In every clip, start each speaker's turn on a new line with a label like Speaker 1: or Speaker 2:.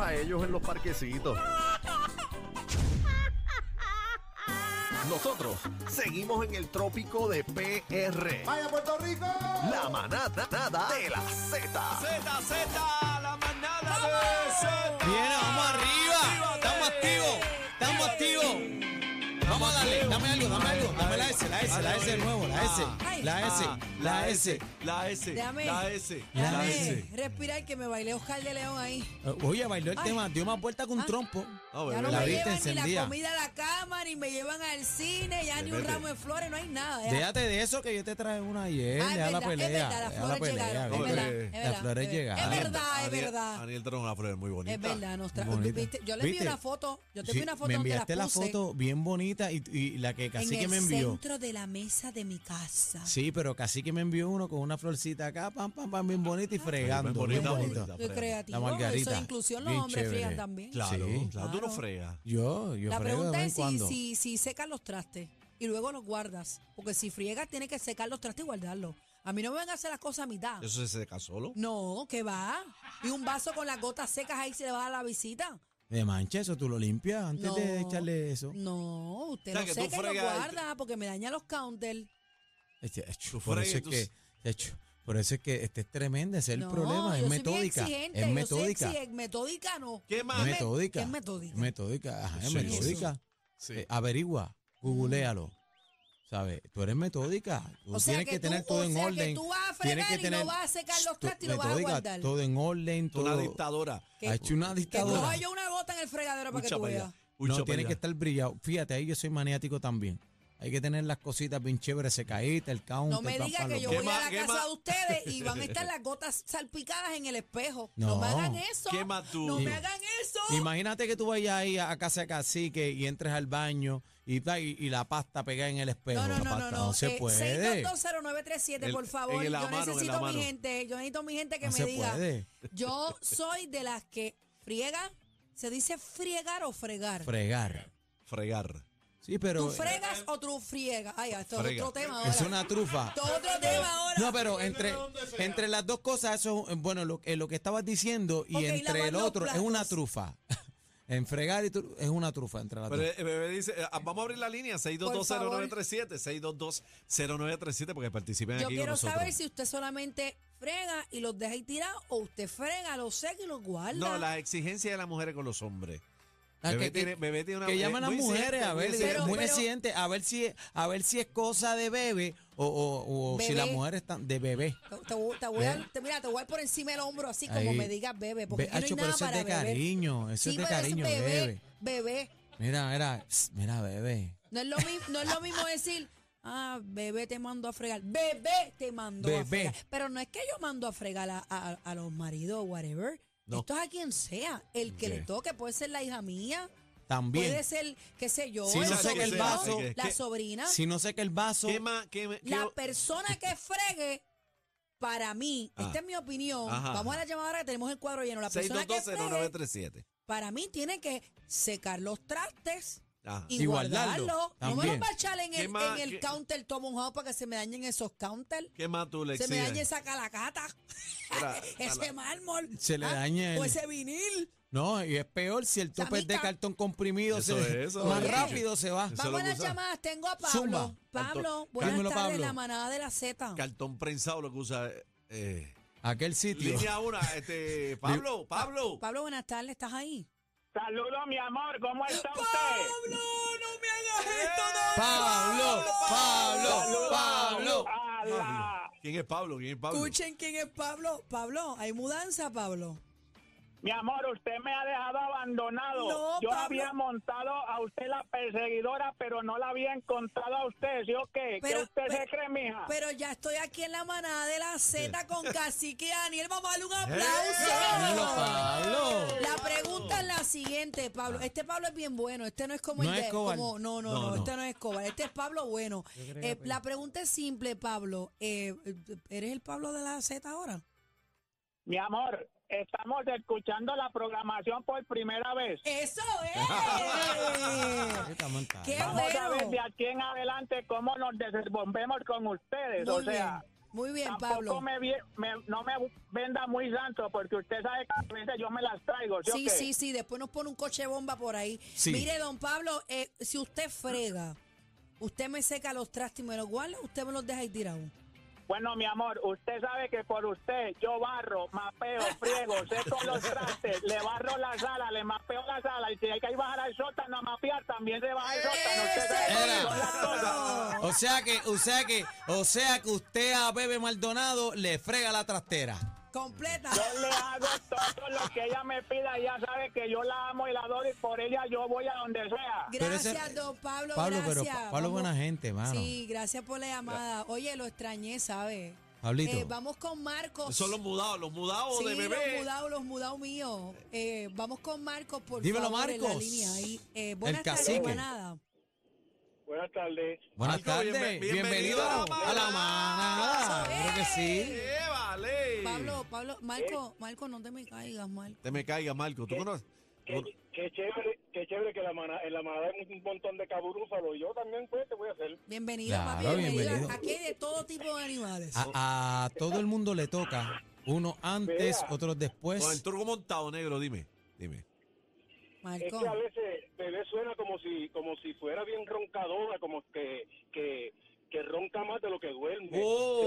Speaker 1: a ellos en los parquecitos. Nosotros seguimos en el trópico de PR.
Speaker 2: ¡Vaya Puerto Rico!
Speaker 1: La manada nada de la Z.
Speaker 3: Z, Z, la manada de Z.
Speaker 4: Viene, vamos arriba. Estamos activos. Estamos activos. Vamos a darle. Dame algo, dame algo. Dame la S, la S, la S de nuevo. La S. La S. La S.
Speaker 3: Ah. La S,
Speaker 5: Déjame.
Speaker 3: la S,
Speaker 4: La
Speaker 5: Déjame
Speaker 4: S.
Speaker 5: respirar que me bailé Oscar de León ahí.
Speaker 4: Eh, Oye, bailó el
Speaker 5: Ay.
Speaker 4: tema. Dio más vuelta que un
Speaker 5: Ah.
Speaker 4: trompo.
Speaker 3: No,
Speaker 5: Ya
Speaker 3: bebé,
Speaker 5: no
Speaker 4: Pues la
Speaker 5: me
Speaker 4: vista
Speaker 5: llevan ni
Speaker 4: encendida.
Speaker 5: la comida a la cámara, ni me llevan al cine, ya ni un
Speaker 3: Vete.
Speaker 5: ramo de flores, no hay nada. ya.
Speaker 4: Déjate de eso que yo te trae una ayer.
Speaker 5: Ah, es
Speaker 4: Deja la
Speaker 5: verdad, es
Speaker 4: pelea.
Speaker 5: verdad, las
Speaker 4: deja la
Speaker 5: flores
Speaker 4: pelea.
Speaker 5: llegaron,
Speaker 3: es
Speaker 4: vete.
Speaker 3: verdad,
Speaker 5: es
Speaker 4: Las
Speaker 5: verdad,
Speaker 4: flores
Speaker 5: es verdad.
Speaker 4: llegaron.
Speaker 5: Es verdad, es
Speaker 3: Aniel-
Speaker 5: verdad.
Speaker 3: Aniel trae una flor muy bonita.
Speaker 5: Es verdad, nos tra-
Speaker 4: Bonita.
Speaker 5: ¿viste? Yo le envié
Speaker 4: ¿Viste?
Speaker 5: una foto, yo te
Speaker 4: Sí,
Speaker 5: envié una foto
Speaker 4: me
Speaker 5: donde
Speaker 4: enviaste
Speaker 5: las
Speaker 4: la
Speaker 5: puse
Speaker 4: foto bien bonita y, y la que
Speaker 5: en
Speaker 4: casi que
Speaker 5: el
Speaker 4: me envió.
Speaker 5: centro de la mesa de mi casa.
Speaker 4: Sí, pero casi que me envió uno con una florcita acá, pam, pam, pam, bien bonita y
Speaker 5: Ah.
Speaker 4: fregando.
Speaker 3: bien
Speaker 4: bien
Speaker 3: bonita,
Speaker 4: bonito.
Speaker 3: bonita.
Speaker 5: Soy
Speaker 3: La
Speaker 5: creativo,
Speaker 4: margarita,
Speaker 5: eso es inclusión, los
Speaker 4: bien
Speaker 5: hombres
Speaker 4: chévere.
Speaker 5: frían también.
Speaker 3: Claro,
Speaker 4: Sí.
Speaker 3: claro, tú no
Speaker 5: Claro.
Speaker 3: fregas.
Speaker 4: Yo, yo
Speaker 5: La
Speaker 4: frego de
Speaker 5: pregunta
Speaker 4: vez en
Speaker 5: es si,
Speaker 4: cuando.
Speaker 5: si, si secas los trastes y luego los guardas. Porque si friegas, tienes que secar los trastes y guardarlos. A mí no me van a hacer las cosas a mitad.
Speaker 3: Eso se seca solo.
Speaker 5: No, que va. Y un vaso con las gotas secas ahí se le va a dar la visita.
Speaker 4: De mancha, eso tú lo limpias antes de
Speaker 5: No.
Speaker 4: echarle eso.
Speaker 5: No, usted
Speaker 3: O sea,
Speaker 5: lo
Speaker 3: que tú
Speaker 5: seca y lo
Speaker 3: fregas y-
Speaker 5: guarda porque me daña los counters.
Speaker 4: Este, hecho,
Speaker 3: Tú
Speaker 4: por
Speaker 3: fregas
Speaker 4: eso es
Speaker 3: y tú
Speaker 4: que,
Speaker 3: s-
Speaker 4: hecho, por eso es que este es tremendo, ese es el
Speaker 5: No,
Speaker 4: problema, es
Speaker 5: yo soy bien
Speaker 4: metódica.
Speaker 5: exigente,
Speaker 4: Es
Speaker 5: yo
Speaker 4: metódica.
Speaker 5: Soy exi- metódica no.
Speaker 3: ¿Qué más?
Speaker 4: Es metódica.
Speaker 5: ¿Qué es metódica?
Speaker 4: Es metódica, ajá, es
Speaker 3: Sí.
Speaker 4: metódica. Eh, averigua, googlealo. ¿Sabes? Tú eres metódica. Tú
Speaker 5: O sea
Speaker 4: tienes que,
Speaker 5: que tú-
Speaker 4: tener todo
Speaker 5: o
Speaker 4: en
Speaker 5: sea que
Speaker 4: orden.
Speaker 5: tú vas a
Speaker 4: tienes
Speaker 5: fregar y no vas a secar los
Speaker 4: Shh, tú-
Speaker 5: trastes y lo vas a
Speaker 4: metódica,
Speaker 5: guardar.
Speaker 4: Todo en orden,
Speaker 3: Tú una
Speaker 4: todo.
Speaker 3: dictadora.
Speaker 4: Ha
Speaker 5: Que-
Speaker 4: hecho una
Speaker 5: Que
Speaker 4: dictadura.
Speaker 5: coja yo una gota en el fregadero para que
Speaker 3: Mucha
Speaker 5: tú
Speaker 3: para
Speaker 5: veas.
Speaker 3: allá. Mucha
Speaker 4: no,
Speaker 3: para
Speaker 4: tiene que
Speaker 3: allá.
Speaker 4: estar brillado. Fíjate, ahí yo soy maniático también. Hay que tener las cositas bien chéveres, secaditas, el counter.
Speaker 5: No me
Speaker 4: pam,
Speaker 5: diga
Speaker 4: pam,
Speaker 5: que
Speaker 4: los
Speaker 5: yo
Speaker 3: ¿Qué
Speaker 5: voy
Speaker 3: más-
Speaker 5: a la
Speaker 3: qué
Speaker 5: casa
Speaker 3: más?
Speaker 5: de ustedes y van a estar las gotas salpicadas en el espejo. No, me
Speaker 4: No.
Speaker 5: hagan eso.
Speaker 3: ¿Qué más tú?
Speaker 5: No
Speaker 3: Sí.
Speaker 5: me hagan eso.
Speaker 4: Imagínate que tú vayas ahí a a casa de cacique y entres al baño y, ta- y, y la pasta pegada en el espejo.
Speaker 5: No, no,
Speaker 4: La
Speaker 5: no, no,
Speaker 4: pasta
Speaker 5: no.
Speaker 4: se
Speaker 5: Eh,
Speaker 4: puede.
Speaker 5: 6220937,
Speaker 3: El-
Speaker 5: por favor.
Speaker 3: en el
Speaker 5: Yo
Speaker 3: amaro, en el
Speaker 5: necesito mi
Speaker 3: amaro.
Speaker 5: gente, yo necesito mi gente que
Speaker 4: No
Speaker 5: me
Speaker 4: se
Speaker 5: diga.
Speaker 4: puede.
Speaker 5: Yo soy de las que friega, se dice friegar o fregar.
Speaker 4: Fregar.
Speaker 3: Fregar.
Speaker 4: Sí, pero. eh,
Speaker 5: ¿Tú fregas o tú friegas? Ay, esto es
Speaker 3: eh. Frega.
Speaker 5: otro tema ahora.
Speaker 4: Es una trufa.
Speaker 5: Esto es otro tema ahora.
Speaker 4: No, pero entre, entre las dos cosas, eso, eh, bueno, lo, eh, lo que estabas diciendo y
Speaker 5: Ok,
Speaker 4: entre
Speaker 5: lavar
Speaker 4: el
Speaker 5: los
Speaker 4: otro es una
Speaker 5: platos.
Speaker 4: trufa. en fregar y tru- es una trufa entre las
Speaker 3: Pero
Speaker 4: dos.
Speaker 3: eh, bebé dice, eh, ah, vamos a abrir la línea 6220937, 6220937 porque participen
Speaker 5: Yo
Speaker 3: aquí
Speaker 5: quiero
Speaker 3: con nosotros.
Speaker 5: saber si usted solamente frega y los deja ahí tirados o usted frega, los seca y los guarda.
Speaker 3: No, las exigencias de las mujeres con los hombres.
Speaker 4: Ah,
Speaker 3: Bebé
Speaker 4: que-
Speaker 3: tiene- bebé tiene una-
Speaker 4: que llaman
Speaker 3: eh,
Speaker 4: a las
Speaker 3: muy
Speaker 4: mujeres a
Speaker 3: exigente, muy
Speaker 4: ver,
Speaker 3: exigente.
Speaker 5: Pero-
Speaker 4: muy
Speaker 5: pero-
Speaker 4: exigente, a ver si a ver si es cosa de bebé o, o- o si
Speaker 5: Bebé.
Speaker 4: las mujeres están de bebé.
Speaker 5: Te, te voy- te voy a, te- mira, te voy a ir por encima del hombro, así como
Speaker 4: ¿Eh? Ahí.
Speaker 5: me digas bebé, porque
Speaker 4: Ve-
Speaker 5: aquí no hay
Speaker 4: Acho, pero
Speaker 5: nada
Speaker 4: eso es
Speaker 5: para
Speaker 4: de
Speaker 5: beber.
Speaker 4: cariño, eso es
Speaker 5: Sí,
Speaker 4: de
Speaker 5: pero
Speaker 4: cariño, bebé.
Speaker 5: bebé, bebé.
Speaker 4: Mira, mira, ps, mira, bebé.
Speaker 5: No es lo mismo, no es lo mismo decir, ah, bebé te mando a fregar. Bebé te mando a
Speaker 4: Bebé.
Speaker 5: fregar. Pero no es que yo mando a fregar a, a- a los maridos o whatever.
Speaker 3: No.
Speaker 5: Esto es a quien sea. El que le
Speaker 3: Ok.
Speaker 5: toque puede ser la hija mía,
Speaker 4: También.
Speaker 5: puede ser, qué sé yo,
Speaker 4: Si
Speaker 5: el
Speaker 4: no
Speaker 5: sobrino,
Speaker 4: seca el vaso,
Speaker 5: la
Speaker 3: que-
Speaker 5: sobrina.
Speaker 4: Si no seca el vaso,
Speaker 3: ¿Qué más? ¿Qué, me- qué-
Speaker 5: La persona que fregue, para mí,
Speaker 3: Ah.
Speaker 5: esta es mi opinión.
Speaker 3: Ajá.
Speaker 5: Vamos a la llamada ahora que tenemos el cuadro lleno. La persona que fregue,
Speaker 3: 6220937.
Speaker 5: para mí, tiene que secar los trastes
Speaker 3: Ajá.
Speaker 5: y,
Speaker 4: Y guardarlo,
Speaker 5: guardarlo. No me
Speaker 4: también.
Speaker 5: los va a echar en
Speaker 3: Ah. ¿Qué
Speaker 5: el,
Speaker 3: más?
Speaker 5: en el
Speaker 3: ¿Qué?
Speaker 5: counter tomo para que se me dañen esos counters.
Speaker 3: ¿Qué más tú le
Speaker 5: Se me dañe
Speaker 3: exiges?
Speaker 5: esa calacata,
Speaker 3: Mira,
Speaker 5: ese
Speaker 3: ala.
Speaker 5: mármol. ah,
Speaker 4: Se le dañe
Speaker 5: O
Speaker 4: el-
Speaker 5: ese vinil.
Speaker 4: no, y es peor si el
Speaker 5: sea,
Speaker 4: tope es de
Speaker 5: mica.
Speaker 4: cartón comprimido,
Speaker 3: Eso
Speaker 4: se-
Speaker 3: es, eso
Speaker 4: más
Speaker 5: es.
Speaker 4: rápido se va.
Speaker 3: Eso
Speaker 5: Vamos a
Speaker 3: lo
Speaker 5: las
Speaker 3: usa.
Speaker 5: llamadas. Tengo a Pablo.
Speaker 4: Zumba.
Speaker 5: Pablo,
Speaker 3: Alto.
Speaker 5: buenas
Speaker 4: Dímelo,
Speaker 5: tardes,
Speaker 4: Pablo.
Speaker 5: la manada de la Z.
Speaker 3: Cartón prensado lo que usa. eh,
Speaker 4: Aquel sitio.
Speaker 3: línea 1, este, Pablo, Pablo.
Speaker 5: Pablo, buenas tardes, ¿estás ahí?
Speaker 6: Saludos, mi amor, ¿cómo está usted?
Speaker 5: ¡Pablo, no me hagas esto!
Speaker 4: Pablo, Pablo, Pablo.
Speaker 6: Ala.
Speaker 3: ¿Quién es Pablo? ¿Quién es Pablo?
Speaker 5: Escuchen quién es Pablo. Pablo, hay mudanza, Pablo.
Speaker 6: Mi amor, usted me ha dejado abandonado.
Speaker 5: No,
Speaker 6: Yo
Speaker 5: Pablo.
Speaker 6: había montado a usted la perseguidora, pero no la había encontrado a usted, ¿sí o qué?
Speaker 5: Pero-
Speaker 6: ¿Qué usted se
Speaker 5: pero-
Speaker 6: cree, mija?
Speaker 5: Pero ya estoy aquí en la manada de la Z con Cacique y Daniel. Vamos a darle un
Speaker 4: Dímelo,
Speaker 5: aplauso.
Speaker 4: Eh. Pablo. Ah.
Speaker 5: La pregunta es la siguiente, Pablo. Este Pablo es bien bueno. Este no es como
Speaker 4: No
Speaker 5: el
Speaker 4: es
Speaker 5: de-
Speaker 4: Escobar.
Speaker 5: como- no, no,
Speaker 4: No,
Speaker 5: no,
Speaker 4: no.
Speaker 5: Este no es Escobar. Este es Pablo bueno. Eh, la pregunta es simple, Pablo. Eh, ¿Eres el Pablo de la Z ahora?
Speaker 6: Mi amor, estamos escuchando la programación por primera vez.
Speaker 5: ¡Eso es! ¡Eh!
Speaker 4: Está montada.
Speaker 5: ¡Qué
Speaker 6: Vamos a ver
Speaker 5: bueno!
Speaker 6: de aquí en adelante cómo nos desenvolvemos con ustedes.
Speaker 5: Muy
Speaker 6: o sea,
Speaker 5: bien. Muy bien,
Speaker 6: Tampoco
Speaker 5: Pablo.
Speaker 6: me vie- me- no me venda muy santo porque usted sabe que a veces yo me las traigo. ¿sí, o
Speaker 5: Sí,
Speaker 6: qué?
Speaker 5: sí, sí, después nos pone un coche bomba por ahí.
Speaker 4: Sí.
Speaker 5: Mire, don Pablo, eh, si usted frega, usted me seca los trastes y me los guarda, usted me los deja ahí tirados.
Speaker 6: Bueno, mi amor, usted sabe que por usted yo barro, mapeo, friego, seco los trastes, le barro la sala, le mapeo la sala y si hay que ir bajar al sótano a mapear, también se baja al sótano. Usted sabe
Speaker 4: Era.
Speaker 6: cómo son las cosas.
Speaker 4: O sea que, o sea que, o sea que usted a Bebe Maldonado le frega la trastera.
Speaker 5: Completa.
Speaker 6: Yo le hago todo lo que ella me pida, ella sabe que yo la amo y la adoro y por ella yo voy a donde sea.
Speaker 4: Pero
Speaker 5: Gracias,
Speaker 4: ese-
Speaker 5: don Pablo.
Speaker 4: Pablo, pero
Speaker 5: gracias.
Speaker 4: Pa- Pablo es buena gente, mano.
Speaker 5: Sí, gracias por la llamada. Oye, lo extrañé, ¿sabe?
Speaker 4: Pablito.
Speaker 5: Eh, vamos con Marcos.
Speaker 3: Son los mudados, los mudados
Speaker 5: sí,
Speaker 3: de bebé.
Speaker 5: los mudados, los mudados míos. Eh, vamos con Marcos, por
Speaker 4: Dímelo,
Speaker 5: favor, en la
Speaker 4: Marcos.
Speaker 5: línea ahí. Eh, buenas
Speaker 4: El
Speaker 5: tardes,
Speaker 4: cacique.
Speaker 5: manada.
Speaker 6: Buenas tardes.
Speaker 4: Buenas
Speaker 3: Marco,
Speaker 4: tardes.
Speaker 3: bienve-
Speaker 4: bienvenido a la, manada. Creo que sí.
Speaker 3: Eh, vale.
Speaker 5: Pablo, Pablo, Marco, Marco, no te me caigas, Marco.
Speaker 3: Te me caiga, Marco.
Speaker 5: Eh,
Speaker 3: ¿Tú conoces?
Speaker 2: Qué, qué chévere, qué chévere que la mana- en la manada hay un montón de caburúfalos. Yo también, pues, te voy a hacer.
Speaker 5: Bienvenido,
Speaker 4: Claro,
Speaker 5: papi, bienvenido.
Speaker 4: bienvenido. Ah.
Speaker 5: Aquí hay de todo tipo de animales.
Speaker 4: A, a todo el mundo le toca. Uno antes,
Speaker 2: Vea.
Speaker 4: otros
Speaker 5: pues
Speaker 3: Con el
Speaker 4: después.
Speaker 3: turco montado, negro, dime.
Speaker 5: Eh,
Speaker 3: Dime.
Speaker 2: Es
Speaker 5: Marco,
Speaker 2: que a veces bebé suena como si como si fuera bien roncadora, como que, que, que ronca más de lo que duerme.
Speaker 5: eh,
Speaker 3: ¡Oh!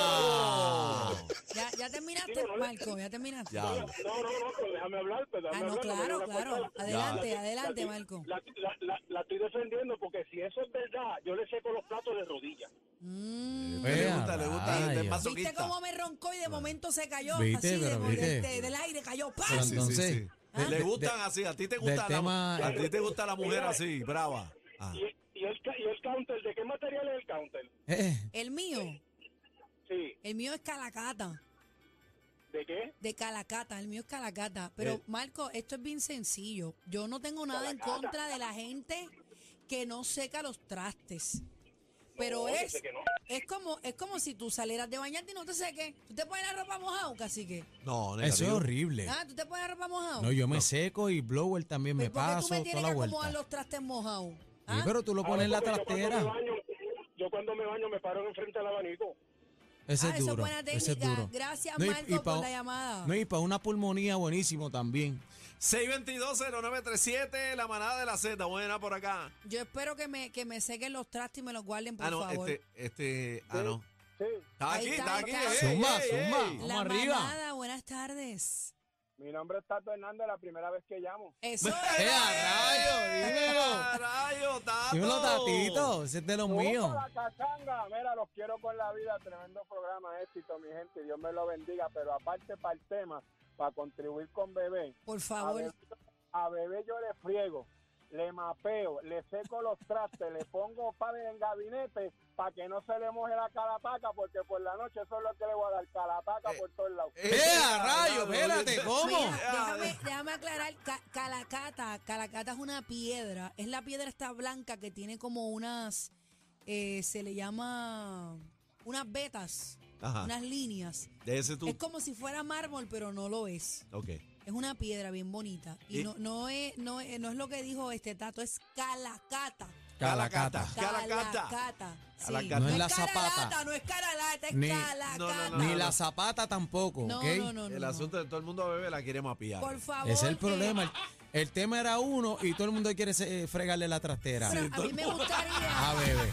Speaker 4: ¡Ah!
Speaker 5: ya, ya terminaste,
Speaker 2: Digo, no le-
Speaker 5: Marco, ya terminaste.
Speaker 3: Ya.
Speaker 2: No, no, no, pues déjame hablar, pues
Speaker 5: Ah,
Speaker 2: déjame
Speaker 5: no,
Speaker 2: hablar. porque
Speaker 5: claro,
Speaker 2: yo la
Speaker 5: claro.
Speaker 2: cortaba.
Speaker 5: Adelante, adelante,
Speaker 2: La-
Speaker 5: Marco.
Speaker 2: La, la, la- la estoy defendiendo porque si eso es verdad, yo le seco los platos de rodillas.
Speaker 4: Eh,
Speaker 5: Mm.
Speaker 3: Le gusta, le gusta.
Speaker 4: Vaya.
Speaker 3: Es
Speaker 5: ¿Viste
Speaker 3: masoquista.
Speaker 5: cómo me roncó y de momento se cayó?
Speaker 4: Viste,
Speaker 5: así, de
Speaker 4: pero
Speaker 5: momento,
Speaker 4: viste.
Speaker 5: de- del aire cayó. ¡pam!
Speaker 4: Pero
Speaker 3: sí,
Speaker 4: entonces,
Speaker 3: sí.
Speaker 4: de-
Speaker 3: Le
Speaker 4: de-
Speaker 3: gustan
Speaker 4: de-
Speaker 3: así. A ti te
Speaker 4: del
Speaker 3: gusta
Speaker 4: tema-
Speaker 3: la, a ti te gusta la
Speaker 5: Eh,
Speaker 3: mujer así, brava. Ah.
Speaker 2: Y, y, el, ca- y el counter, ¿de qué material es el counter?
Speaker 4: eh,
Speaker 5: El mío,
Speaker 2: Sí,
Speaker 5: el mío es calacata.
Speaker 2: ¿de qué?
Speaker 5: De calacata, el mío es calacata. Pero,
Speaker 3: Eh.
Speaker 5: Marco, esto es bien sencillo. Yo no tengo nada en contra de la gente que no seca los trastes. Pero
Speaker 2: No, yo
Speaker 5: es,
Speaker 2: sé que no.
Speaker 5: es como es como si tú salieras de bañarte y no te seques. Tú te pones la ropa mojada, casi que.
Speaker 3: No,
Speaker 4: eso es
Speaker 3: negativo.
Speaker 4: horrible.
Speaker 5: Ah, tú te pones la ropa mojada.
Speaker 4: Eh. No, yo me seco y blower también me
Speaker 5: ¿Pero por qué
Speaker 4: paso,
Speaker 5: tú me
Speaker 4: toda
Speaker 5: tienes
Speaker 4: la
Speaker 5: que
Speaker 4: vuelta.
Speaker 5: acomodar los trastes mojados?
Speaker 4: Sí,
Speaker 5: ¿Ah?
Speaker 4: pero tú lo pones en la
Speaker 2: Ahora, porque yo
Speaker 4: trastera.
Speaker 2: cuando me baño- Yo cuando me baño me paro enfrente al abanico.
Speaker 4: Ese
Speaker 5: Ah,
Speaker 4: es
Speaker 5: eso es
Speaker 4: duro.
Speaker 5: buena
Speaker 4: ese es
Speaker 5: técnica.
Speaker 4: duro.
Speaker 5: Gracias,
Speaker 4: y- y
Speaker 5: Marco,
Speaker 4: pa-
Speaker 5: por la llamada.
Speaker 4: No, y para una pulmonía buenísimo también.
Speaker 3: 622-0937, la manada de la Z. Buena por acá.
Speaker 5: Yo espero que me, que me sequen los trastes y me los guarden, por
Speaker 3: Ah, no,
Speaker 5: favor.
Speaker 3: este, este, ah, no.
Speaker 2: Sí.
Speaker 3: Está
Speaker 5: Ahí
Speaker 3: aquí,
Speaker 5: está,
Speaker 3: está aquí. eh,
Speaker 5: está.
Speaker 3: ey,
Speaker 4: Zumba,
Speaker 3: ey, ey.
Speaker 4: zumba.
Speaker 5: la
Speaker 4: vamos arriba.
Speaker 5: manada, buenas tardes.
Speaker 2: Mi nombre es Tato Hernández, la primera vez que llamo.
Speaker 5: Eso
Speaker 4: ¡Eh,
Speaker 5: es.
Speaker 4: a rayo! ¡Dímelo!
Speaker 3: ¡Eh, rayo, tato!
Speaker 4: ¡Dímelo, tatito! Ese es de los míos.
Speaker 2: la cachanga! Mira, los quiero con la vida. Tremendo programa, éxito, mi gente. Dios me lo bendiga. Pero aparte para el tema, para contribuir con bebé,
Speaker 5: Por
Speaker 2: a
Speaker 5: favor.
Speaker 2: bebé, a bebé yo le friego, le mapeo, le seco los trastes, le pongo pan en el gabinete para que no se le moje la calataca, porque por la noche eso es lo que le voy a dar, calataca por todos lados.
Speaker 4: ¡Eh, a
Speaker 3: ah,
Speaker 4: rayo! Espérate, ¿cómo?
Speaker 5: Mira, déjame, déjame aclarar. ca- calacata, calacata es una piedra. Es la piedra esta blanca que tiene como unas, eh, se le llama, unas vetas,
Speaker 3: Ajá.
Speaker 5: unas líneas.
Speaker 3: De ese Ah. tú.
Speaker 5: Es como si fuera mármol, pero no lo es.
Speaker 3: Ok.
Speaker 5: Es una piedra bien bonita. Y
Speaker 3: Eh.
Speaker 5: no, no, es, no, es, no es lo que dijo este tato, es calacata.
Speaker 4: Calacata.
Speaker 3: Calacata.
Speaker 5: Calacata. Sí.
Speaker 3: Calacata.
Speaker 4: No es la
Speaker 5: caralata,
Speaker 4: zapata.
Speaker 5: no es caralata, es
Speaker 4: Ni-
Speaker 5: calacata.
Speaker 3: No, no, no,
Speaker 4: Ni la zapata tampoco,
Speaker 5: No,
Speaker 4: ¿ok?
Speaker 5: no, no, no,
Speaker 3: El
Speaker 5: no.
Speaker 3: asunto de todo el mundo bebé la quiere mapear.
Speaker 5: Por favor.
Speaker 4: Ese es el
Speaker 5: eh,
Speaker 4: problema. El, el tema era uno y todo el mundo quiere eh, fregarle la trastera.
Speaker 5: pero a mí me gustaría.
Speaker 4: A bebé.